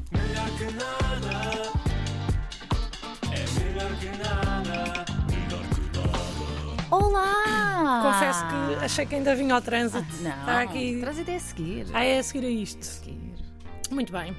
que nada. Es menor que nada. Olá! Confesso que achei que ainda vinha ao trânsito. Ah. Não, Está aqui. trânsito é a seguir. Ah, é a seguir a isto. Seguir. Muito bem.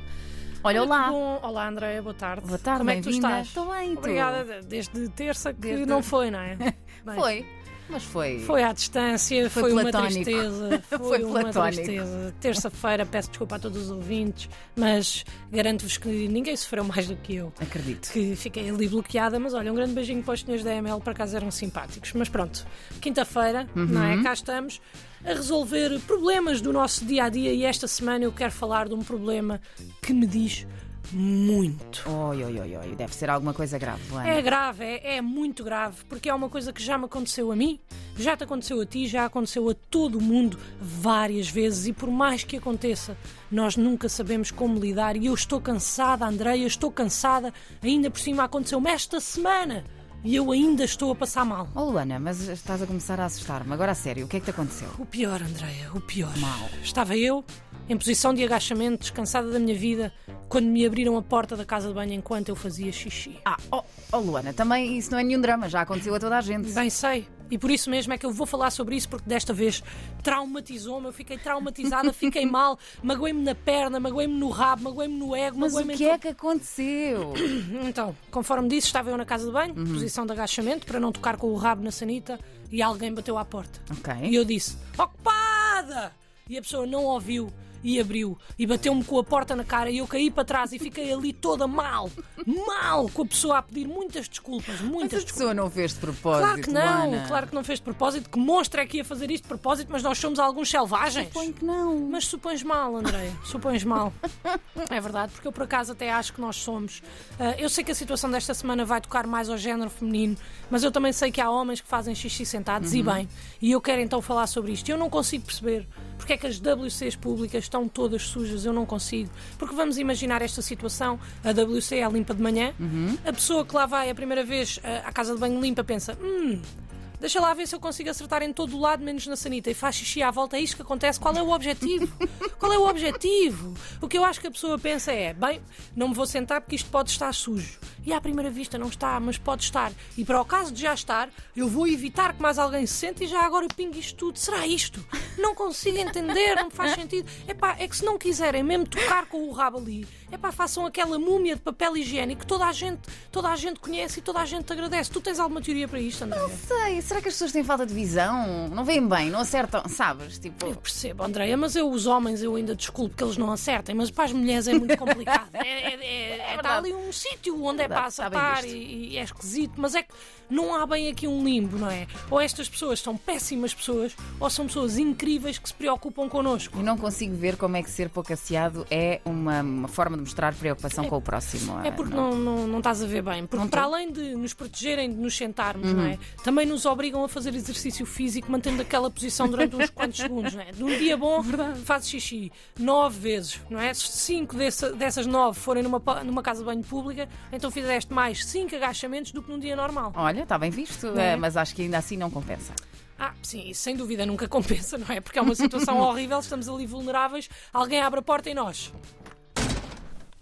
Olha, Muito olá! bom. Olá, Andréia, boa tarde. Boa tarde, Como é que tu bem-vinda. estás? Estou bem, e tu? Obrigada. Desde terça que Desde- não foi, não é? Bem, Foi, mas foi. Foi à distância, Foi foi, uma platónico. tristeza. Foi, Foi uma platónico. tristeza. Terça-feira, peço desculpa a todos os ouvintes, mas garanto-vos que ninguém sofreu mais do que eu. Acredito. Que fiquei ali bloqueada, mas olha, um grande beijinho para os senhores da ML, por acaso eram simpáticos. Mas pronto, quinta-feira, não é? Cá estamos a resolver problemas do nosso dia a dia e esta semana eu quero falar de um problema que me diz muito. Oi, oi, oi, oi. Deve ser alguma coisa grave, Luana. É grave, é, é muito grave, porque é uma coisa que já me aconteceu a mim, já te aconteceu a ti, já aconteceu a todo mundo várias vezes e por mais que aconteça, nós nunca sabemos como lidar e eu estou cansada, Andreia, estou cansada, ainda por cima aconteceu-me esta semana e eu ainda estou a passar mal. Oh, Luana, mas estás a começar a assustar-me. Agora a sério, o que é que te aconteceu? O pior, Andreia, o pior. Mau. Estava eu, em posição de agachamento, descansada da minha vida, quando me abriram a porta da casa de banho enquanto eu fazia xixi. Ah, oh, oh, Luana, também isso não é nenhum drama, já aconteceu a toda a gente. Bem sei. E por isso mesmo é que eu vou falar sobre isso, porque desta vez traumatizou-me, eu fiquei traumatizada, fiquei mal, magoei-me na perna, magoei-me no rabo, magoei-me no ego, Mas o magoei-me em que é que aconteceu? então, conforme disse, estava eu na casa de Uhum. banho, posição de agachamento, para não tocar com o rabo na sanita, e alguém bateu à porta. Ok. E eu disse, ocupada! E a pessoa não ouviu e abriu e bateu-me com a porta na cara e eu caí para trás e fiquei ali toda mal, mal, com a pessoa a pedir muitas desculpas, Mas muitas a desculpas. pessoa não fez de propósito, Claro que não, Luana. claro que não fez de propósito, que monstro é que ia fazer isto de propósito, mas nós somos alguns selvagens. Suponho que não. Mas supões mal, André, supões mal. É verdade, porque eu por acaso até acho que nós somos. Ah, eu sei que a situação desta semana vai tocar mais ao género feminino, mas eu também sei que há homens que fazem xixi sentados Uhum. e bem. E eu quero então falar sobre isto. Eu não consigo perceber porque é que as WCs públicas estão todas sujas, eu não consigo. Porque vamos imaginar esta situação: a WC é limpa de manhã, Uhum. a pessoa que lá vai a primeira vez ah, à casa de banho limpa pensa: hum, Deixa lá ver se eu consigo acertar em todo o lado, menos na sanita, e faz xixi à volta. É isto que acontece. Qual é o objetivo? Qual é o objetivo? O que eu acho que a pessoa pensa é: bem, não me vou sentar porque isto pode estar sujo. E à primeira vista não está, mas pode estar. E para o caso de já estar, eu vou evitar que mais alguém se sente e já agora pingue isto tudo. Será isto? Não consigo entender, não me faz sentido. Epá, é que se não quiserem mesmo tocar com o rabo ali, epá, façam aquela múmia de papel higiênico que toda a gente, toda a gente conhece e toda a gente agradece. Tu tens alguma teoria para isto, André? Sei, será que as pessoas têm falta de visão? Não veem bem, não acertam, sabes? Tipo, Eu percebo, Andréia, mas eu, os homens, eu ainda desculpo que eles não acertem, mas para as mulheres é muito complicado. É, é, é- é- verdade. tá ali um sítio onde é para verdade, está bem acertar visto. e, e é esquisito, mas é que não há bem aqui um limbo, não é? Ou estas pessoas são péssimas pessoas, ou são pessoas incríveis que se preocupam connosco. eu não consigo ver como é que ser pouco asseado é uma, uma forma de mostrar preocupação com o próximo. eh, É porque não, não, não estás a ver bem. Porque para além de nos protegerem, de nos sentarmos, não é? Também nos obrigam a fazer exercício físico, mantendo aquela posição durante uns quantos segundos, não é? De um dia bom, fazes xixi nove vezes, não é? Se cinco dessa- dessas nove forem numa, pa- numa casa de banho pública, então fizeste mais cinco agachamentos do que num dia normal. Olha, está bem visto, é? eh, mas acho que ainda assim não compensa. Ah, sim, isso sem dúvida nunca compensa, não é? Porque é uma situação horrível, estamos ali vulneráveis, alguém abre a porta e nós.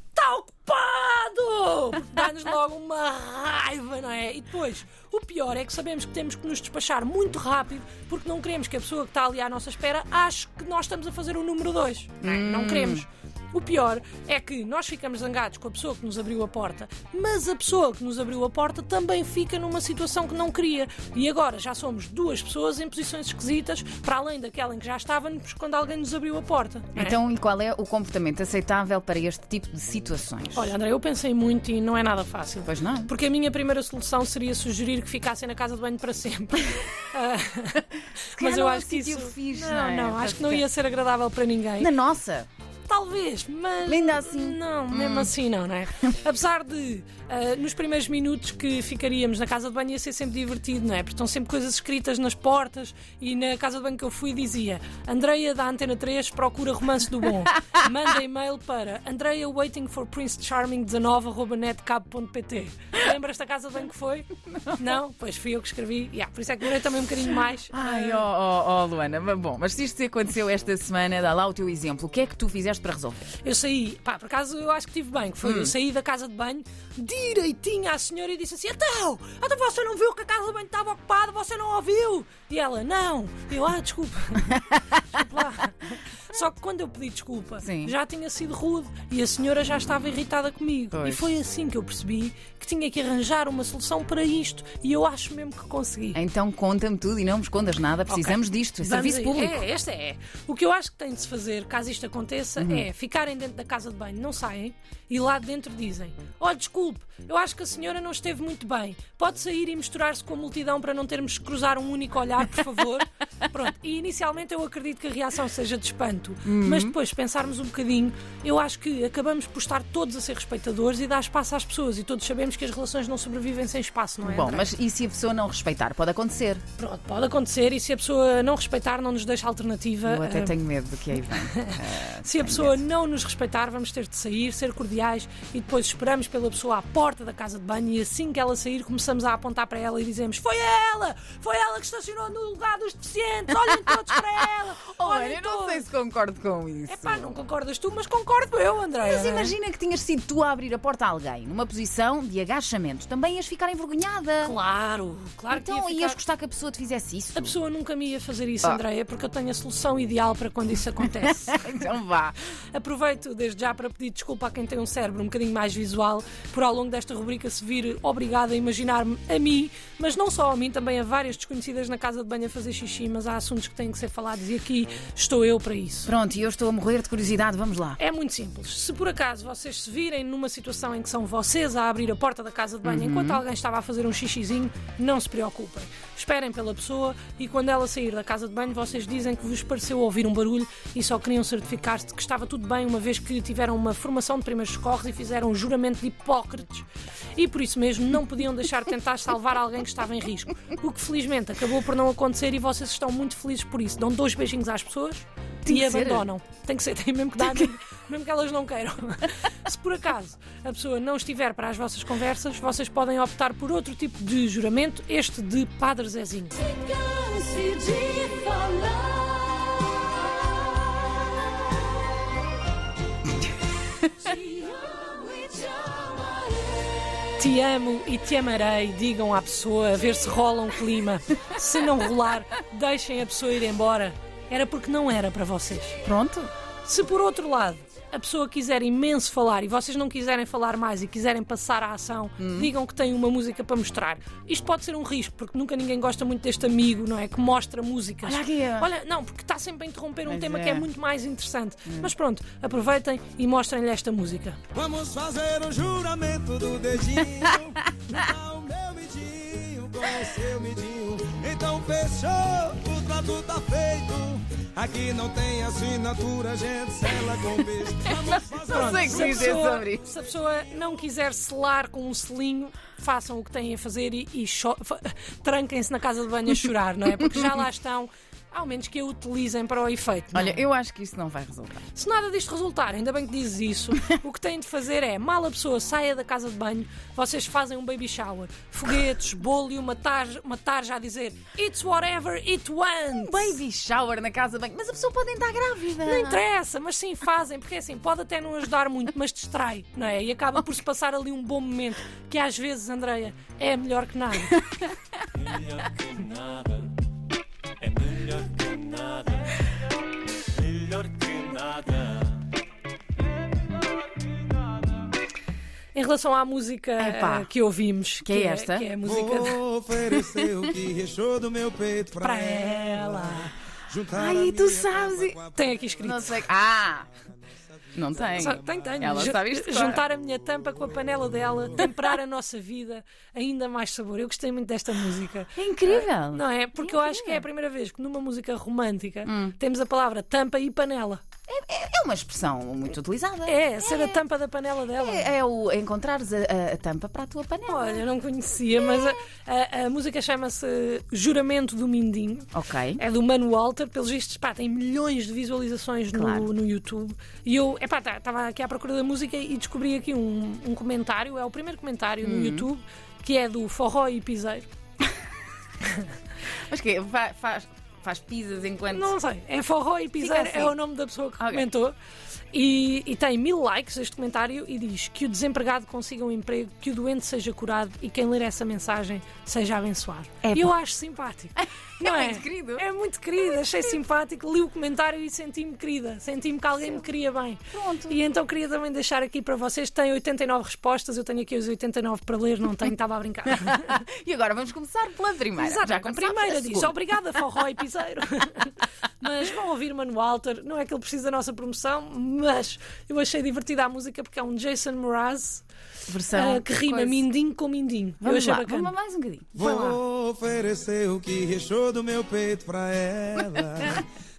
Está tá ocupado! Dá-nos logo uma raiva, não é? E depois, o pior é que sabemos que temos que nos despachar muito rápido porque não queremos que a pessoa que está ali à nossa espera ache que nós estamos a fazer o número 2. Não, é? Não queremos. O pior é que nós ficamos zangados com a pessoa que nos abriu a porta, mas a pessoa que nos abriu a porta também fica numa situação que não queria. E agora já somos duas pessoas em posições esquisitas, para além daquela em que já estávamos quando alguém nos abriu a porta. não é? Então, e qual é o comportamento aceitável para este tipo de situações? Olha, André, eu pensei muito e não é nada fácil. Pois não. Porque a minha primeira solução seria sugerir que ficassem na casa de banho para sempre. Ah, calhar não é um sítio fixe, não, não é? não, Para acho que não ficar- ia ser agradável para ninguém. Na nossa, Talvez, mas. Ainda assim. Não, mesmo assim não, não é? Apesar de, ah, nos primeiros minutos que ficaríamos na casa de banho ia ser sempre divertido, não é? Porque estão sempre coisas escritas nas portas e na casa de banho que eu fui dizia: Andreia da Antena 3 procura romance do bom. Manda e-mail para Andreia waiting for Prince Charming 19.netcab.pt. Lembras da casa de banho que foi? Não. Pois fui eu que escrevi. Yeah, por isso é que demorei também um bocadinho mais. Ah, Ai, ó, ó, ó, Luana, mas bom, mas se isto te aconteceu esta semana, dá lá o teu exemplo. O que é que tu fizeste fizeste para resolver? Eu saí, pá, por acaso eu acho que tive bem, que foi. Hum. Eu saí da casa de banho direitinho à senhora e disse assim: Então, então você não viu que a casa de banho estava ocupada, você não ouviu? E ela, não. E eu, ah, desculpa. desculpa lá. Só que quando eu pedi desculpa, Sim. já tinha sido rude e a senhora já estava irritada comigo. Pois. E foi assim que eu percebi que tinha que arranjar uma solução para isto e eu acho mesmo que consegui. Então conta-me tudo e não me escondas nada, precisamos disto, é Vamos serviço aí. público. É, esta é. O que eu acho que tem de se fazer, caso isto aconteça, Uhum. é ficarem dentro da casa de banho, não saem, e lá dentro dizem: Oh, desculpe, eu acho que a senhora não esteve muito bem. Pode sair e misturar-se com a multidão para não termos que cruzar um único olhar, por favor. Pronto, e inicialmente eu acredito que a reação seja de espanto, Uhum. mas depois, se pensarmos um bocadinho, eu acho que acabamos por estar todos a ser respeitadores e dar espaço às pessoas, e todos sabemos que as relações não sobrevivem sem espaço, não é? Bom, André? mas e se a pessoa não respeitar? Pode acontecer. Pronto, pode acontecer, e se a pessoa não respeitar, não nos deixa alternativa. Eu até ah, tenho medo do que é aí vem. Se a pessoa não nos respeitar, vamos ter de sair, ser cordiais e depois esperamos pela pessoa à porta da casa de banho e assim que ela sair começamos a apontar para ela e dizemos Foi ela! Foi ela que estacionou no lugar dos deficientes! Olhem todos para ela! Olhem Olha, eu todos! não sei se concordo com isso. É pá, então. não concordas tu, mas concordo eu, André. Mas imagina que tinhas sido tu a abrir a porta a alguém numa posição de agachamento. Também ias ficar envergonhada. Claro, claro Então que ia ias ficar... gostar que a pessoa te fizesse isso. A pessoa nunca me ia fazer Ah. isso, Andréia, porque eu tenho a solução ideal para quando isso acontece. Então vá. Aproveito desde já para pedir desculpa a quem tem um cérebro um bocadinho mais visual por ao longo desta rubrica se vir obrigada a imaginar-me a mim, mas não só a mim, também a várias desconhecidas na casa de banho a fazer xixi, mas há assuntos que têm que ser falados e aqui estou eu para isso. Pronto, e eu estou a morrer de curiosidade, vamos lá. É muito simples. Se por acaso vocês se virem numa situação em que são vocês a abrir a porta da casa de banho enquanto alguém estava a fazer um xixizinho, não se preocupem. Esperem pela pessoa e quando ela sair da casa de banho, vocês dizem que vos pareceu ouvir um barulho e só queriam certificar-se de que estava tudo bem, uma vez que tiveram uma formação de primeiros socorros e fizeram um juramento de Hipócrates. E por isso mesmo não podiam deixar de tentar salvar alguém que estava em risco. O que felizmente acabou por não acontecer e vocês estão muito felizes por isso. Dão dois beijinhos às pessoas Tem e que ser. abandonam. Tem que ser, tem mesmo que dar, mesmo, mesmo que elas não queiram. Se por acaso a pessoa não estiver para as vossas conversas, vocês podem optar por outro tipo de juramento, este de Padre Zezinho. canse de falar. Te amo e te amarei. Te amo e te amarei, digam à pessoa, a ver se rola um clima. Se não rolar, deixem a pessoa ir embora. Era porque não era para vocês. Pronto? Se por outro lado a pessoa quiser imenso falar e vocês não quiserem falar mais e quiserem passar à ação, Uhum. digam que têm uma música para mostrar. Isto pode ser um risco, porque nunca ninguém gosta muito deste amigo, não é? Que mostra músicas. Olha aqui, ó. Olha, não, porque está sempre a interromper um Pois tema é. Hum. que é muito mais interessante. Mas pronto, aproveitem e mostrem-lhe esta música. Vamos fazer um juramento do dedinho. Dá o meu midinho com o seu midinho. Então fechou, o trato tá feito. Aqui não tem assinatura, gente, sela com beijo. Vamos fazer Não sei o Se que a, dizer pessoa, sobre isso. se a pessoa não quiser selar com um selinho, façam o que têm a fazer e, e cho- fa- tranquem-se na casa de banho a chorar, não é? Porque já lá estão, ao menos que a utilizem para o efeito. não é? Olha, eu acho que isso não vai resultar. Se nada disto resultar, ainda bem que dizes isso, o que têm de fazer é, mal a pessoa saia da casa de banho, vocês fazem um baby shower, foguetes, bolo e uma tarja, uma tarja a dizer It's whatever it wants. Baby shower na casa bem. Mas a pessoa pode entrar grávida. Não interessa, mas sim, fazem, porque assim, pode até não ajudar muito, mas distrai, não é? E acaba por se passar ali um bom momento, que às vezes, Andreia, é melhor que nada. Melhor que nada. É melhor que nada. Melhor que nada. Em relação à música Epá. eh, que ouvimos, Que é esta? que é a música de- Vou oferecer o que rechou do meu peito pra, para ela. Juntar Ai, a e tu minha sabes tábua e- com a Tem aqui escrito. Não sei. Ah! Não tem. Só- Tem, tem. Ela Ju- sabe isto de cor. Juntar a minha tampa com a panela dela, temperar a nossa vida, ainda mais sabor. Eu gostei muito desta música. É incrível. Não é? Porque eu acho que é a primeira vez que numa música romântica Hum. temos a palavra tampa e panela. É uma expressão muito utilizada. É, ser a tampa da panela dela. É, é o encontrares a, a- a tampa para a tua panela. Olha, não conhecia, mas a, a- a música chama-se Juramento do Mindinho. Ok. É do Mano Walter, pelos vistos, pá, tem milhões de visualizações no- Claro. no, YouTube. E eu, epá, estava aqui à procura da música e descobri aqui um, um comentário, é o primeiro comentário Hum. no YouTube, que é do Forró e Piseiro. Mas que fa- faz, faz pizzas enquanto. Não sei, é Forró e Piseiro, assim. é o nome da pessoa que Ok. comentou. E, e tem mil likes este comentário e diz que o desempregado consiga um emprego, que o doente seja curado e quem ler essa mensagem seja abençoado. É eu bom. acho simpático. Não é, muito querido. É muito querido, achei simpático. Li o comentário e senti-me querida. Senti-me que alguém me queria bem. Pronto. E então queria também deixar aqui para vocês: tem 89 respostas, eu tenho aqui os 89 para ler, não tenho, estava a brincar. E agora vamos começar pela primeira. Exato, já com a começámos primeira segunda. diz Obrigada, forró e piseiro Mas vão ouvir Mano Walter Não é que ele precisa da nossa promoção Mas eu achei divertida a música Porque é um Jason Mraz eh, Versão Que rima Então, coisa. mindinho com mindinho Eu Vamos achei lá, bacana vamos mais um bocadinho. Vai lá. Vou oferecer o que rechou do meu peito pra ela.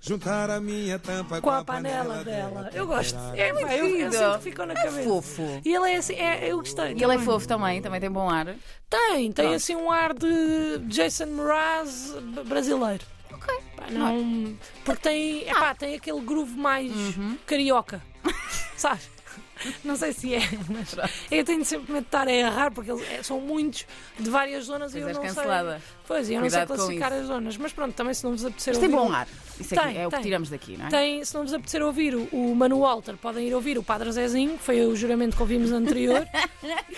Juntar a minha tampa com a panela dela. Eu gosto. É, pá, eu, eu querido. sinto que ficou na cabeça. É fofo. E ele é assim, é, eu gostei. E ele é fofo também, também tem bom ar. Tem, tem assim um ar de Jason Mraz b- brasileiro. Ok. Ah. Pá, não. é? Porque tem, epá, tem aquele groove mais Uhum. carioca. Sabes? Não sei se é, mas eu tenho sempre medo de estar a errar, porque eles é- são muitos de várias zonas e Pois eu és não cancelada. sei. Pois, e eu Cuidado com não sei classificar isso. as zonas. Mas pronto, também se não vos apetecer Mas tem ouvir, um bom ar. Isso é, que- Tem, é o que tem. tiramos daqui, não é? tem, se não vos apetecer ouvir o, o Manu Walter, podem ir ouvir o Padre Zezinho, que foi o juramento que ouvimos anterior,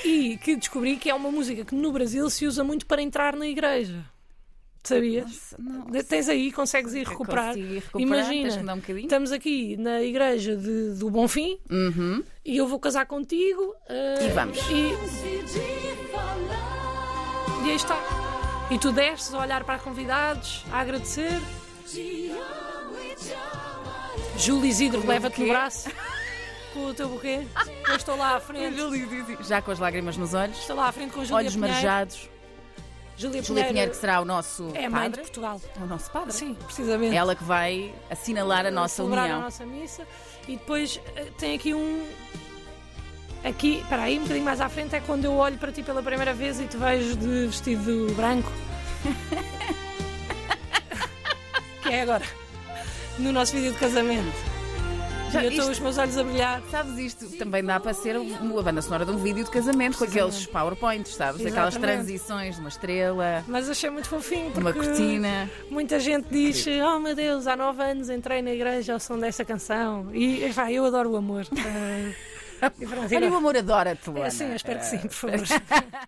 e que descobri que é uma música que no Brasil se usa muito para entrar na igreja. Sabias? Não. De- Tens aí, consegues ir recuperar. Consigo ir recuperar, tens que me dar Imagina, um bocadinho. estamos aqui na igreja de- do Bonfim Uhum. e eu vou casar contigo. ah, E vamos. E, de falar. e aí está. E tu desces a olhar para convidados, a agradecer. Te amo e te amarei. Júlio Isidro leva-te no buquê. braço com o teu buquê. Eu estou lá à frente. Já com as lágrimas nos olhos, Estou lá à frente com Júlia olhos Pinheiro. marejados. Júlia, Julia Pinheiro, Pinheiro que será o nosso é a mãe de padre. Portugal. É o nosso padre. Sim, precisamente. Ela que vai assinalar a nossa celebrar união. a nossa missa. E depois eh, tem aqui um... Aqui, espera aí, um bocadinho mais à frente é quando eu olho para ti pela primeira vez e te vejo de vestido branco. que é agora. No nosso vídeo de casamento. Já e eu estou isto- os meus olhos a brilhar. Sabes isto? Também dá para ser uma banda sonora de um vídeo de casamento com aqueles PowerPoints, sabes? Aquelas Exatamente. transições de uma estrela, Mas achei muito fofinho de porque... uma cortina. Muita gente diz, oh meu Deus, há nove anos entrei na igreja ao som dessa canção. E pá, eu adoro o amor. Eh, e pronto, Olha, agora- o amor adora-te, Luana. É, sim, eu espero que sim, por favor.